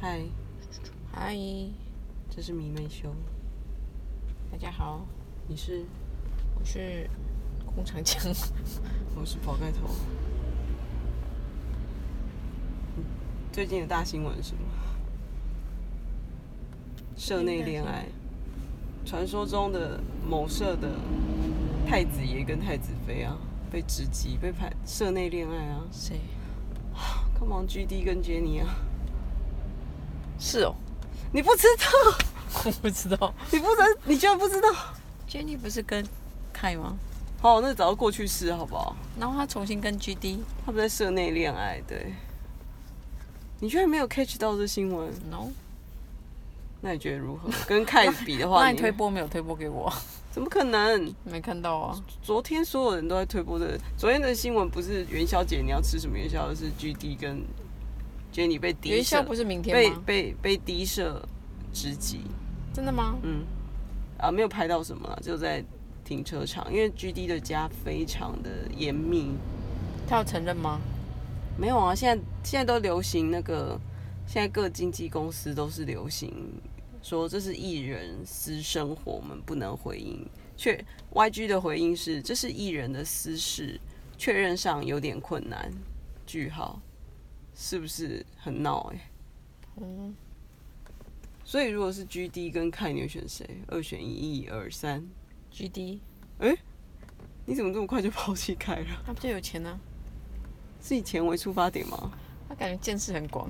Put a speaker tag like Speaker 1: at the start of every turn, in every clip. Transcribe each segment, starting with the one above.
Speaker 1: 嗨，
Speaker 2: 嗨，
Speaker 1: 这是迷妹秀，
Speaker 2: 大家好，
Speaker 1: 你是
Speaker 2: 我是工厂强。
Speaker 1: 我是宝盖头。嗯最近的大新闻是什么？社内恋爱，传说中的某社的太子爷跟太子妃啊，被直击，被判社内恋爱啊
Speaker 2: 谁？
Speaker 1: ，Come on GD 跟杰尼啊，
Speaker 2: 是哦，
Speaker 1: 你不知道，
Speaker 2: 我不知道。
Speaker 1: 你不能，你居然不知道，
Speaker 2: Jenny 不是跟凯吗？
Speaker 1: 好，那找到过去式好不好？
Speaker 2: 然后他重新跟 GD。
Speaker 1: 他们在社内恋爱，对。你居然没有 catch 到这新闻，
Speaker 2: No，
Speaker 1: 那你觉得如何？跟看比的话，
Speaker 2: 那你推播没有推播给我？
Speaker 1: 怎么可能？
Speaker 2: 没看到啊。
Speaker 1: 昨天所有人都在推播的，昨天的新闻不是元宵节你要吃什么元宵，而是 GD 跟 Jenny 被低
Speaker 2: 元宵
Speaker 1: 射，
Speaker 2: 不是明
Speaker 1: 被
Speaker 2: 天吗？
Speaker 1: 被被低射直击，
Speaker 2: 真的吗？
Speaker 1: 嗯，啊没有拍到什么啦，就在停车场，因为 GD 的家非常的严密，
Speaker 2: 他有承认吗？
Speaker 1: 没有啊，现在现在都流行那个，现在各经纪公司都是流行说这是艺人私生活，我们不能回应。确 YG 的回应是这是艺人的私事，确认上有点困难。句号，是不是很闹哎、
Speaker 2: 嗯，
Speaker 1: 所以如果是 GD 跟凯，你会选谁？二选一，一二三。
Speaker 2: GD，
Speaker 1: 你怎么这么快就抛弃凯了？
Speaker 2: 他比较有钱啊，
Speaker 1: 是以钱为出发点吗？
Speaker 2: 他感觉见识很广，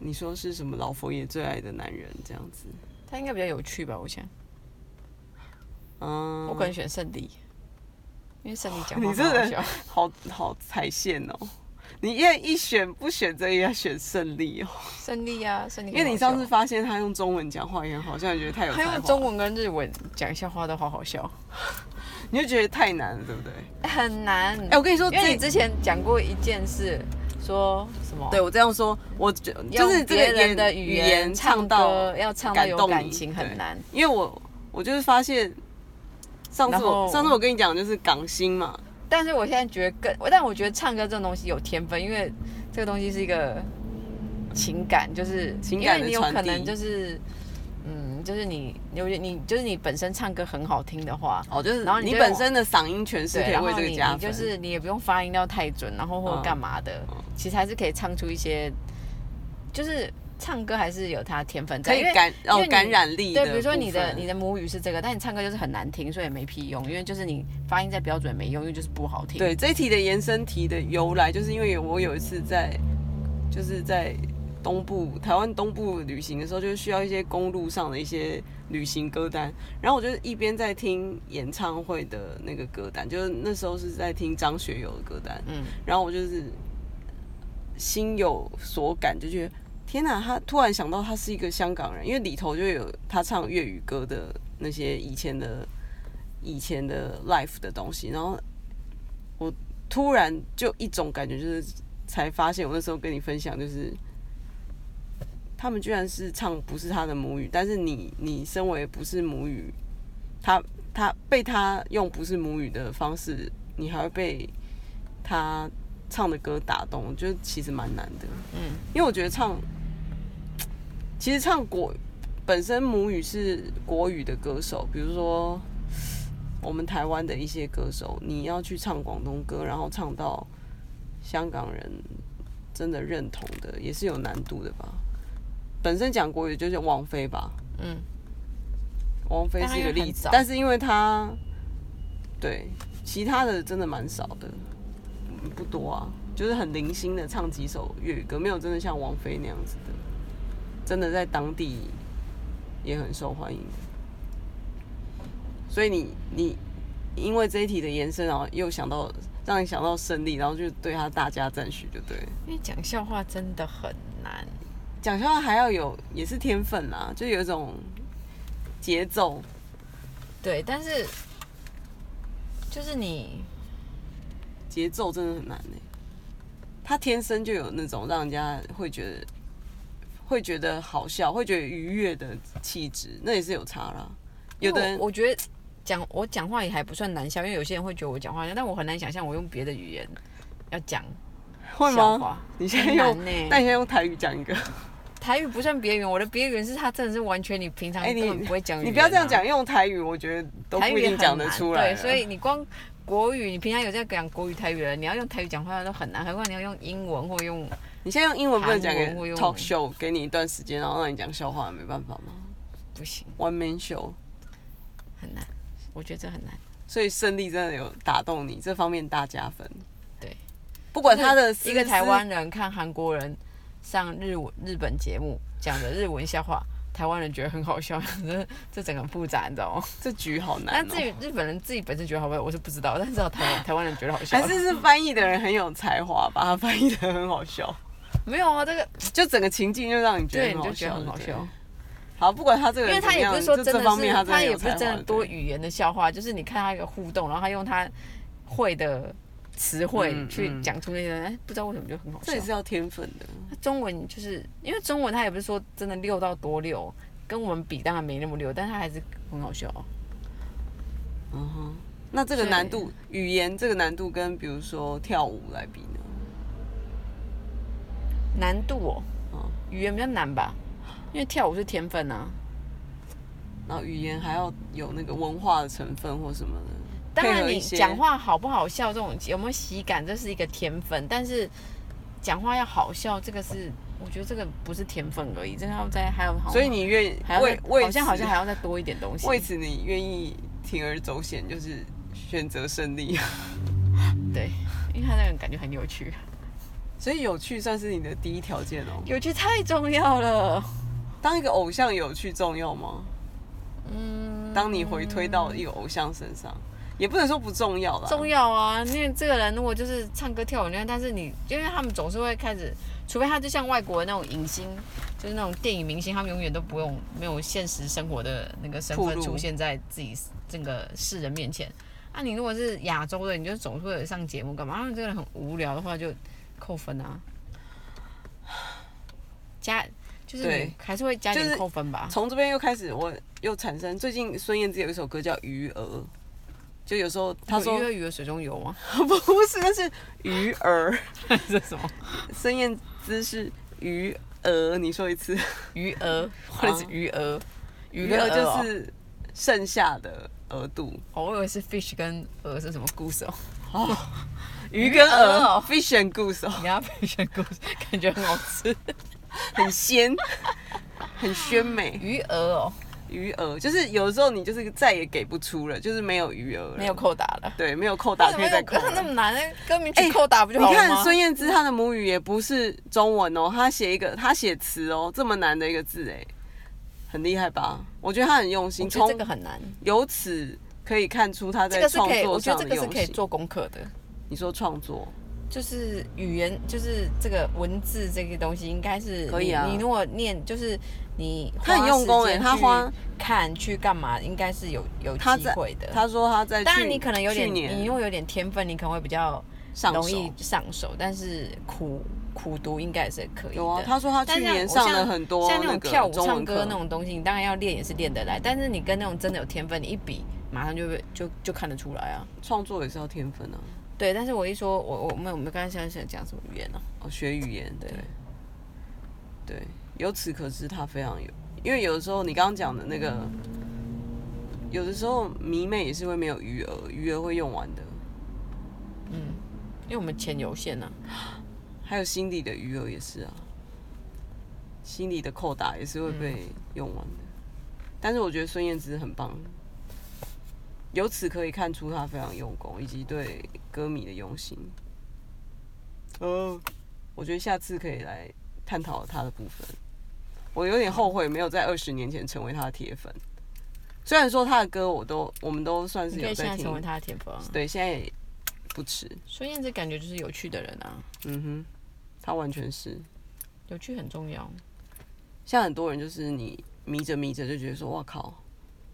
Speaker 1: 你说是什么老佛爷最爱的男人这样子？
Speaker 2: 他应该比较有趣吧？我想，
Speaker 1: 嗯，
Speaker 2: 我可能选圣迪，因为圣迪 讲话
Speaker 1: 你
Speaker 2: 很
Speaker 1: 这
Speaker 2: 好
Speaker 1: 人
Speaker 2: 笑。
Speaker 1: 好好踩线哦。你愿一选不选择，也要选胜利哦。
Speaker 2: 胜利啊，胜利很好笑。
Speaker 1: 因为你上次发现他用中文讲话也很好笑，你觉得太有
Speaker 2: 还
Speaker 1: 才华
Speaker 2: 有
Speaker 1: 了
Speaker 2: 中，文跟日文讲笑话都好好笑，
Speaker 1: 你就觉得太难了，对不对？
Speaker 2: 很难。
Speaker 1: 哎、我跟你说，
Speaker 2: 嗯因为你
Speaker 1: 这
Speaker 2: 之前讲过一件事，说什么？
Speaker 1: 对，我这样说，我就就
Speaker 2: 用
Speaker 1: 是这
Speaker 2: 别
Speaker 1: 个
Speaker 2: 人
Speaker 1: 言
Speaker 2: 的
Speaker 1: 语
Speaker 2: 言
Speaker 1: 唱
Speaker 2: 唱
Speaker 1: 到
Speaker 2: 歌，要唱到
Speaker 1: 感
Speaker 2: 有
Speaker 1: 动
Speaker 2: 感
Speaker 1: 你
Speaker 2: 情很
Speaker 1: 对
Speaker 2: 难。
Speaker 1: 因为我我就是发现上次
Speaker 2: 然
Speaker 1: 我
Speaker 2: 后
Speaker 1: 上次我跟你讲就是港星嘛，
Speaker 2: 但是我现在觉得更，但我觉得唱歌这种东西有天分，因为这个东西是一个情感，就是
Speaker 1: 情感
Speaker 2: 因为
Speaker 1: 的
Speaker 2: 你有
Speaker 1: 传
Speaker 2: 可
Speaker 1: 递
Speaker 2: 能就是。嗯，就是你，有你就是你本身唱歌很好听的话，
Speaker 1: 哦，就是
Speaker 2: 然后你
Speaker 1: 你
Speaker 2: 就
Speaker 1: 本身的嗓音诠释
Speaker 2: 对，
Speaker 1: 可以
Speaker 2: 然后
Speaker 1: 为这个
Speaker 2: 你
Speaker 1: 加
Speaker 2: 你
Speaker 1: 分，
Speaker 2: 就是你也不用发音到太准，然后或者
Speaker 1: 嗯
Speaker 2: 干嘛的，其实还是可以唱出一些，就是唱歌还是有它天分在，
Speaker 1: 可以
Speaker 2: 因为
Speaker 1: 感
Speaker 2: 因
Speaker 1: 哦
Speaker 2: 为你
Speaker 1: 感染力
Speaker 2: 对，比如说
Speaker 1: 部
Speaker 2: 你的
Speaker 1: 分
Speaker 2: 你的母语是这个，但你唱歌就是很难听，所以也没屁用，因为就是你发音再标准也没用，因为就是不好听。
Speaker 1: 对，这一题的延伸题的由来，就是因为有我有一次在，就是在东部台湾东部旅行的时候，就是需要一些公路上的一些旅行歌单，然后我就一边在听演唱会的那个歌单，就是那时候是在听张学友的歌单，
Speaker 2: 嗯，
Speaker 1: 然后我就是心有所感，就觉得天哪，他突然想到他是一个香港人，因为里头就有他唱粤语歌的那些以前的以前的 life 的东西，然后我突然就一种感觉，就是才发现我那时候跟你分享，就是他们居然是唱不是他的母语，但是你你身为不是母语，他他被他用不是母语的方式，你还会被他唱的歌打动，我觉得其实蛮难的。
Speaker 2: 嗯，
Speaker 1: 因为我觉得唱，其实唱国本身母语是国语的歌手，比如说我们台湾的一些歌手，你要去唱广东歌，然后唱到香港人真的认同的，也是有难度的吧。本身讲国语就是王菲吧，
Speaker 2: 嗯，
Speaker 1: 王菲是一个例子，但
Speaker 2: 但
Speaker 1: 是因为她对其他的真的蛮少的，嗯不多啊，就是很零星的唱几首粤语歌，没有真的像王菲那样子的，真的在当地也很受欢迎所以你你因为这一题的延伸，然后又想到让你想到胜利，然后就对他大加赞许，就对了。
Speaker 2: 因为讲笑话真的很难。
Speaker 1: 讲笑话还要有也是天分啦，就有一种节奏，
Speaker 2: 对，但是就是你
Speaker 1: 节奏真的很难呢、他天生就有那种让人家会觉得会觉得好笑、会觉得愉悦的气质，那也是有差啦。有的
Speaker 2: 因为
Speaker 1: 人
Speaker 2: 我我觉得讲我讲话也还不算难笑，因为有些人会觉得我讲话，但我很难想象我用别的语言要讲
Speaker 1: 会
Speaker 2: 笑
Speaker 1: 吗？
Speaker 2: 话。
Speaker 1: 你现在
Speaker 2: 很
Speaker 1: 用，
Speaker 2: 难呢欸啊
Speaker 1: 但你现在用台语讲一个，
Speaker 2: 台语不算别语，我的别语是它真的是完全你平常
Speaker 1: 哎
Speaker 2: 根
Speaker 1: 你
Speaker 2: 本不会讲、啊
Speaker 1: 你不要这样，讲，用台语我觉得都
Speaker 2: 台
Speaker 1: 不
Speaker 2: 语
Speaker 1: 一
Speaker 2: 也
Speaker 1: 定
Speaker 2: 很
Speaker 1: 讲得
Speaker 2: 难
Speaker 1: 出来啊。
Speaker 2: 对，所以你光国语，你平常有在讲国语、台语的人，你要用台语讲话都很难，何况你要用英文或用
Speaker 1: 你现在用英文不能讲
Speaker 2: 韩
Speaker 1: 给
Speaker 2: 文或用
Speaker 1: talk show，给你一段时间，然后让你讲笑话，没办法吗
Speaker 2: 不行，
Speaker 1: ？One man show，
Speaker 2: 很难，我觉得这很难。
Speaker 1: 所以胜利真的有打动你，这方面大加分。
Speaker 2: 对，
Speaker 1: 不管他的
Speaker 2: 一个
Speaker 1: 私
Speaker 2: 台湾人看韩国人上日文日本节目讲的日文笑话，台湾人觉得很好笑，这这整个很复杂，你知道吗？
Speaker 1: 这局好难、
Speaker 2: 但
Speaker 1: 哦。
Speaker 2: 至于日本人自己本身觉得好不好，我是不知道，但至少台湾台湾人觉得好 笑。
Speaker 1: 还是是翻译的人很有才华，把它 翻译的很好笑，
Speaker 2: 没有啊，这个
Speaker 1: 就整个情境就让你觉得
Speaker 2: 对
Speaker 1: 很
Speaker 2: 你就
Speaker 1: 好
Speaker 2: 觉得
Speaker 1: 笑，
Speaker 2: 很好
Speaker 1: 对不对
Speaker 2: 笑。，
Speaker 1: 好，不管他这个
Speaker 2: 因
Speaker 1: 人
Speaker 2: 为
Speaker 1: 怎么
Speaker 2: 他也
Speaker 1: 样，
Speaker 2: 不是说
Speaker 1: 就
Speaker 2: 真的
Speaker 1: 这方
Speaker 2: 是，
Speaker 1: 面他真的有
Speaker 2: 也不是
Speaker 1: 才
Speaker 2: 真
Speaker 1: 华
Speaker 2: 的多
Speaker 1: 对
Speaker 2: 语言的笑话，就是你看他一个互动，然后他用他会的词汇
Speaker 1: 嗯
Speaker 2: 去
Speaker 1: 嗯
Speaker 2: 讲出那些，哎、不知道为什么就很好笑
Speaker 1: 这也。是要天分的。
Speaker 2: 他中文就是因为中文，他也不是说真的溜到多溜，跟我们比当然没那么溜，但他还是很好笑、哦。
Speaker 1: 嗯哼，那这个
Speaker 2: 所以
Speaker 1: 难度，语言这个难度跟比如说跳舞来比呢？
Speaker 2: 难度哦，
Speaker 1: 哦，
Speaker 2: 语言比较难吧，因为跳舞是天分啊。
Speaker 1: 然后语言还要有那个文化的成分或什么的，
Speaker 2: 当
Speaker 1: 配
Speaker 2: 然，
Speaker 1: 合一
Speaker 2: 你
Speaker 1: 些
Speaker 2: 讲话好不好笑这种有没有喜感，这是一个天分。但是讲话要好笑，这个是我觉得这个不是天分而已，这个要在还有好，
Speaker 1: 所以你愿意
Speaker 2: 还要
Speaker 1: 为
Speaker 2: 再
Speaker 1: 为
Speaker 2: 好像好像还
Speaker 1: 要
Speaker 2: 要再多一点东西。
Speaker 1: 为此你愿意铤而走险，就是选择胜利。
Speaker 2: 对，因为他那个感觉很 有趣，
Speaker 1: 所以有趣算是你的第一条件哦。
Speaker 2: 有趣太重要了。
Speaker 1: 当一个偶像有趣重要吗？
Speaker 2: 嗯，
Speaker 1: 当你回推到一个偶像身上，也不能说不重要啦。
Speaker 2: 重要啊，因为这个人如果就是唱歌跳舞那样，但是你因为他们总是会开始，除非他就像外国的那种影星，就是那种电影明星，他们永远都不用没有现实生活的那个身
Speaker 1: 暴
Speaker 2: 份
Speaker 1: 露
Speaker 2: 出现在自己这个世人面前。啊，你如果是亚洲的，你就总是会上节目干嘛？啊，这个人很无聊的话就扣分啊，加就是
Speaker 1: 对
Speaker 2: 你还是会加
Speaker 1: 就
Speaker 2: 点
Speaker 1: 是
Speaker 2: 扣分吧。
Speaker 1: 从这边又开始，我又产生最近孙燕姿有一首歌叫《鱼儿》，就有时候她说
Speaker 2: 有鱼儿鱼儿水中游吗？
Speaker 1: 不是，那是鱼儿。
Speaker 2: 这是什么？
Speaker 1: 孙燕姿是鱼儿，你说一次，
Speaker 2: 鱼儿或者是
Speaker 1: 啊
Speaker 2: 鱼儿，鱼
Speaker 1: 儿
Speaker 2: 儿
Speaker 1: 就
Speaker 2: 哦
Speaker 1: 是剩下的额度，
Speaker 2: 哦，我以为是 fish 跟鹅是什么 故事哦，
Speaker 1: 鱼跟
Speaker 2: 鱼儿
Speaker 1: 鹅
Speaker 2: 哦
Speaker 1: ，fish and goose，哦
Speaker 2: 你要 fish 跟故事，感觉很好吃。
Speaker 1: 很鲜，很鲜美。
Speaker 2: 鱼鹅哦，
Speaker 1: 余额，就是有时候你就是再也给不出了，就是没有余额了，
Speaker 2: 没有扣打了，
Speaker 1: 对，没有扣打可以再扣
Speaker 2: 为什么有那
Speaker 1: 了。
Speaker 2: 么难呢？歌名
Speaker 1: 哎
Speaker 2: 去扣打不
Speaker 1: 你
Speaker 2: 就好了
Speaker 1: 看
Speaker 2: 吗？
Speaker 1: 孙燕姿，她的母语也不是中文哦，她写一个，她写词哦，这么难的一个字，哎，很厉害吧？我觉得她很用心，
Speaker 2: 我觉得
Speaker 1: 从
Speaker 2: 这个很难，
Speaker 1: 由此可以看出她
Speaker 2: 这
Speaker 1: 在
Speaker 2: 个是
Speaker 1: 创
Speaker 2: 可以，我
Speaker 1: 作
Speaker 2: 觉
Speaker 1: 上
Speaker 2: 得这
Speaker 1: 的
Speaker 2: 个是
Speaker 1: 用
Speaker 2: 可以
Speaker 1: 心。
Speaker 2: 做功课的，
Speaker 1: 你说创作，
Speaker 2: 就是语言，就是这个文字这个东西，应该是
Speaker 1: 可以
Speaker 2: 你
Speaker 1: 啊
Speaker 2: 你如果念，就是你
Speaker 1: 她很用功
Speaker 2: 哎，
Speaker 1: 哎，她花
Speaker 2: 看去干嘛，应该是有有
Speaker 1: 她
Speaker 2: 机
Speaker 1: 在
Speaker 2: 会的。
Speaker 1: 她说她在去，
Speaker 2: 当然，你可能有点，
Speaker 1: 去
Speaker 2: 你如
Speaker 1: 年
Speaker 2: 果有点天分，你可能会比较
Speaker 1: 上手
Speaker 2: 容易上手，但是苦苦读应该也是可以的。
Speaker 1: 有啊，她说她
Speaker 2: 但
Speaker 1: 去
Speaker 2: 像
Speaker 1: 年
Speaker 2: 我
Speaker 1: 上
Speaker 2: 像
Speaker 1: 了很多
Speaker 2: 像那种
Speaker 1: 个
Speaker 2: 跳舞、
Speaker 1: 中
Speaker 2: 唱
Speaker 1: 文
Speaker 2: 歌
Speaker 1: 课
Speaker 2: 那种东西，你当然要练也是练得来，但是你跟那种真的有天分，你一比，马上就会就就看得出来啊。
Speaker 1: 创作也是要天分啊，
Speaker 2: 对，但是我一说，我我没有，我们刚才想想讲什么语言呢、
Speaker 1: 哦，学语言，对
Speaker 2: 对，
Speaker 1: 对，由此可知，他非常有，因为有的时候你刚刚讲的那个，有的时候迷妹也是会没有余额，余额会用完的，
Speaker 2: 因为我们钱有限呢、
Speaker 1: 还有心理的余额也是啊，心理的扣打也是会被
Speaker 2: 嗯
Speaker 1: 用完的。但是我觉得孙燕姿很棒，由此可以看出她非常用功，以及对歌迷的用心。哦，我觉得下次可以来探讨她的部分。我有点后悔没有在二十年前成为她的铁粉，虽然说她的歌我都我们都算是
Speaker 2: 你可
Speaker 1: 有
Speaker 2: 以现
Speaker 1: 在
Speaker 2: 在成为
Speaker 1: 听，
Speaker 2: 他的天分、啊。
Speaker 1: 对，现在也不迟。
Speaker 2: 孙燕姿感觉就是有趣的人啊，
Speaker 1: 嗯哼，她完全是。
Speaker 2: 有趣很重要。
Speaker 1: 像很多人就是你迷着迷着就觉得说，哇靠，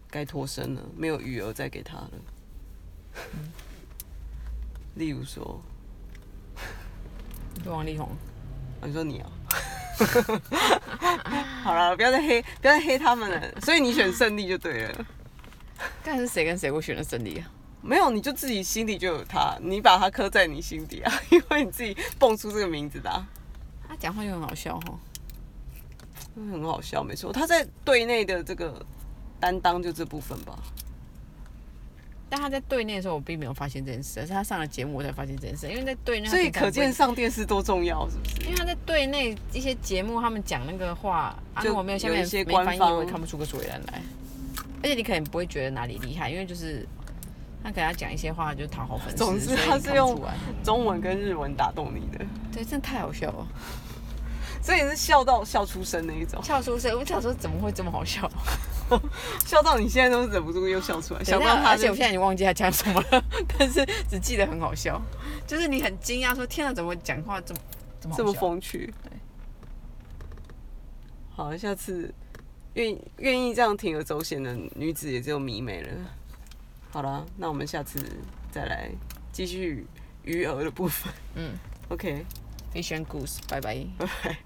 Speaker 1: 该脱身了，没有余额再给他了。嗯例如说，
Speaker 2: 就王力宏，
Speaker 1: 啊你说你啊， 好了，不要再黑，不要再黑他们了。所以你选胜利就对了，
Speaker 2: 但是谁跟谁会选择胜利啊？
Speaker 1: 没有你就自己心里就有他，你把他刻在你心底 啊，因为你自己蹦出这个名字的啊、
Speaker 2: 哦他讲话就很好笑哈、
Speaker 1: 很好笑，没错。他在队内的这个担当就这部分吧。
Speaker 2: 但他在队内的时候，我并没有发现这件事，而是他上了节目我才发现这件事。因为在队内，
Speaker 1: 所以可见
Speaker 2: 他
Speaker 1: 上电视多重要，是不
Speaker 2: 平常不会，因
Speaker 1: 是？
Speaker 2: 为他在队内一些节目，他们讲那个话，啊，
Speaker 1: 就
Speaker 2: 如果没有下面
Speaker 1: 有一些
Speaker 2: 没
Speaker 1: 官
Speaker 2: 翻译，
Speaker 1: 方
Speaker 2: 我也看不出个所以然来。而且你可能不会觉得哪里厉害，因为就是他给他讲一些话就讨好粉丝，
Speaker 1: 总之
Speaker 2: 所以你
Speaker 1: 他是
Speaker 2: 看不
Speaker 1: 用
Speaker 2: 出来
Speaker 1: 中文跟日文打动你的，
Speaker 2: 对，真的太好笑了，
Speaker 1: 所以是笑到笑出声那一种，
Speaker 2: 笑出声。我想说怎么会这么好笑？
Speaker 1: 笑到你现在都忍不住又笑出来。想
Speaker 2: 想
Speaker 1: 到
Speaker 2: 到
Speaker 1: 他
Speaker 2: 而且
Speaker 1: 就
Speaker 2: 我现在已经忘记他讲什么了，但是只记得很好笑，就是你很惊讶说天啊哪，怎么讲话这么这么好
Speaker 1: 这么
Speaker 2: 笑
Speaker 1: 风趣。
Speaker 2: 对
Speaker 1: 好，下次愿愿意这样铤而走险的女子也只有迷妹了。好啦，那我们下次再来继续余额的部分。
Speaker 2: 嗯
Speaker 1: ，OK，
Speaker 2: ？Fish and Goose，拜拜。
Speaker 1: 拜拜。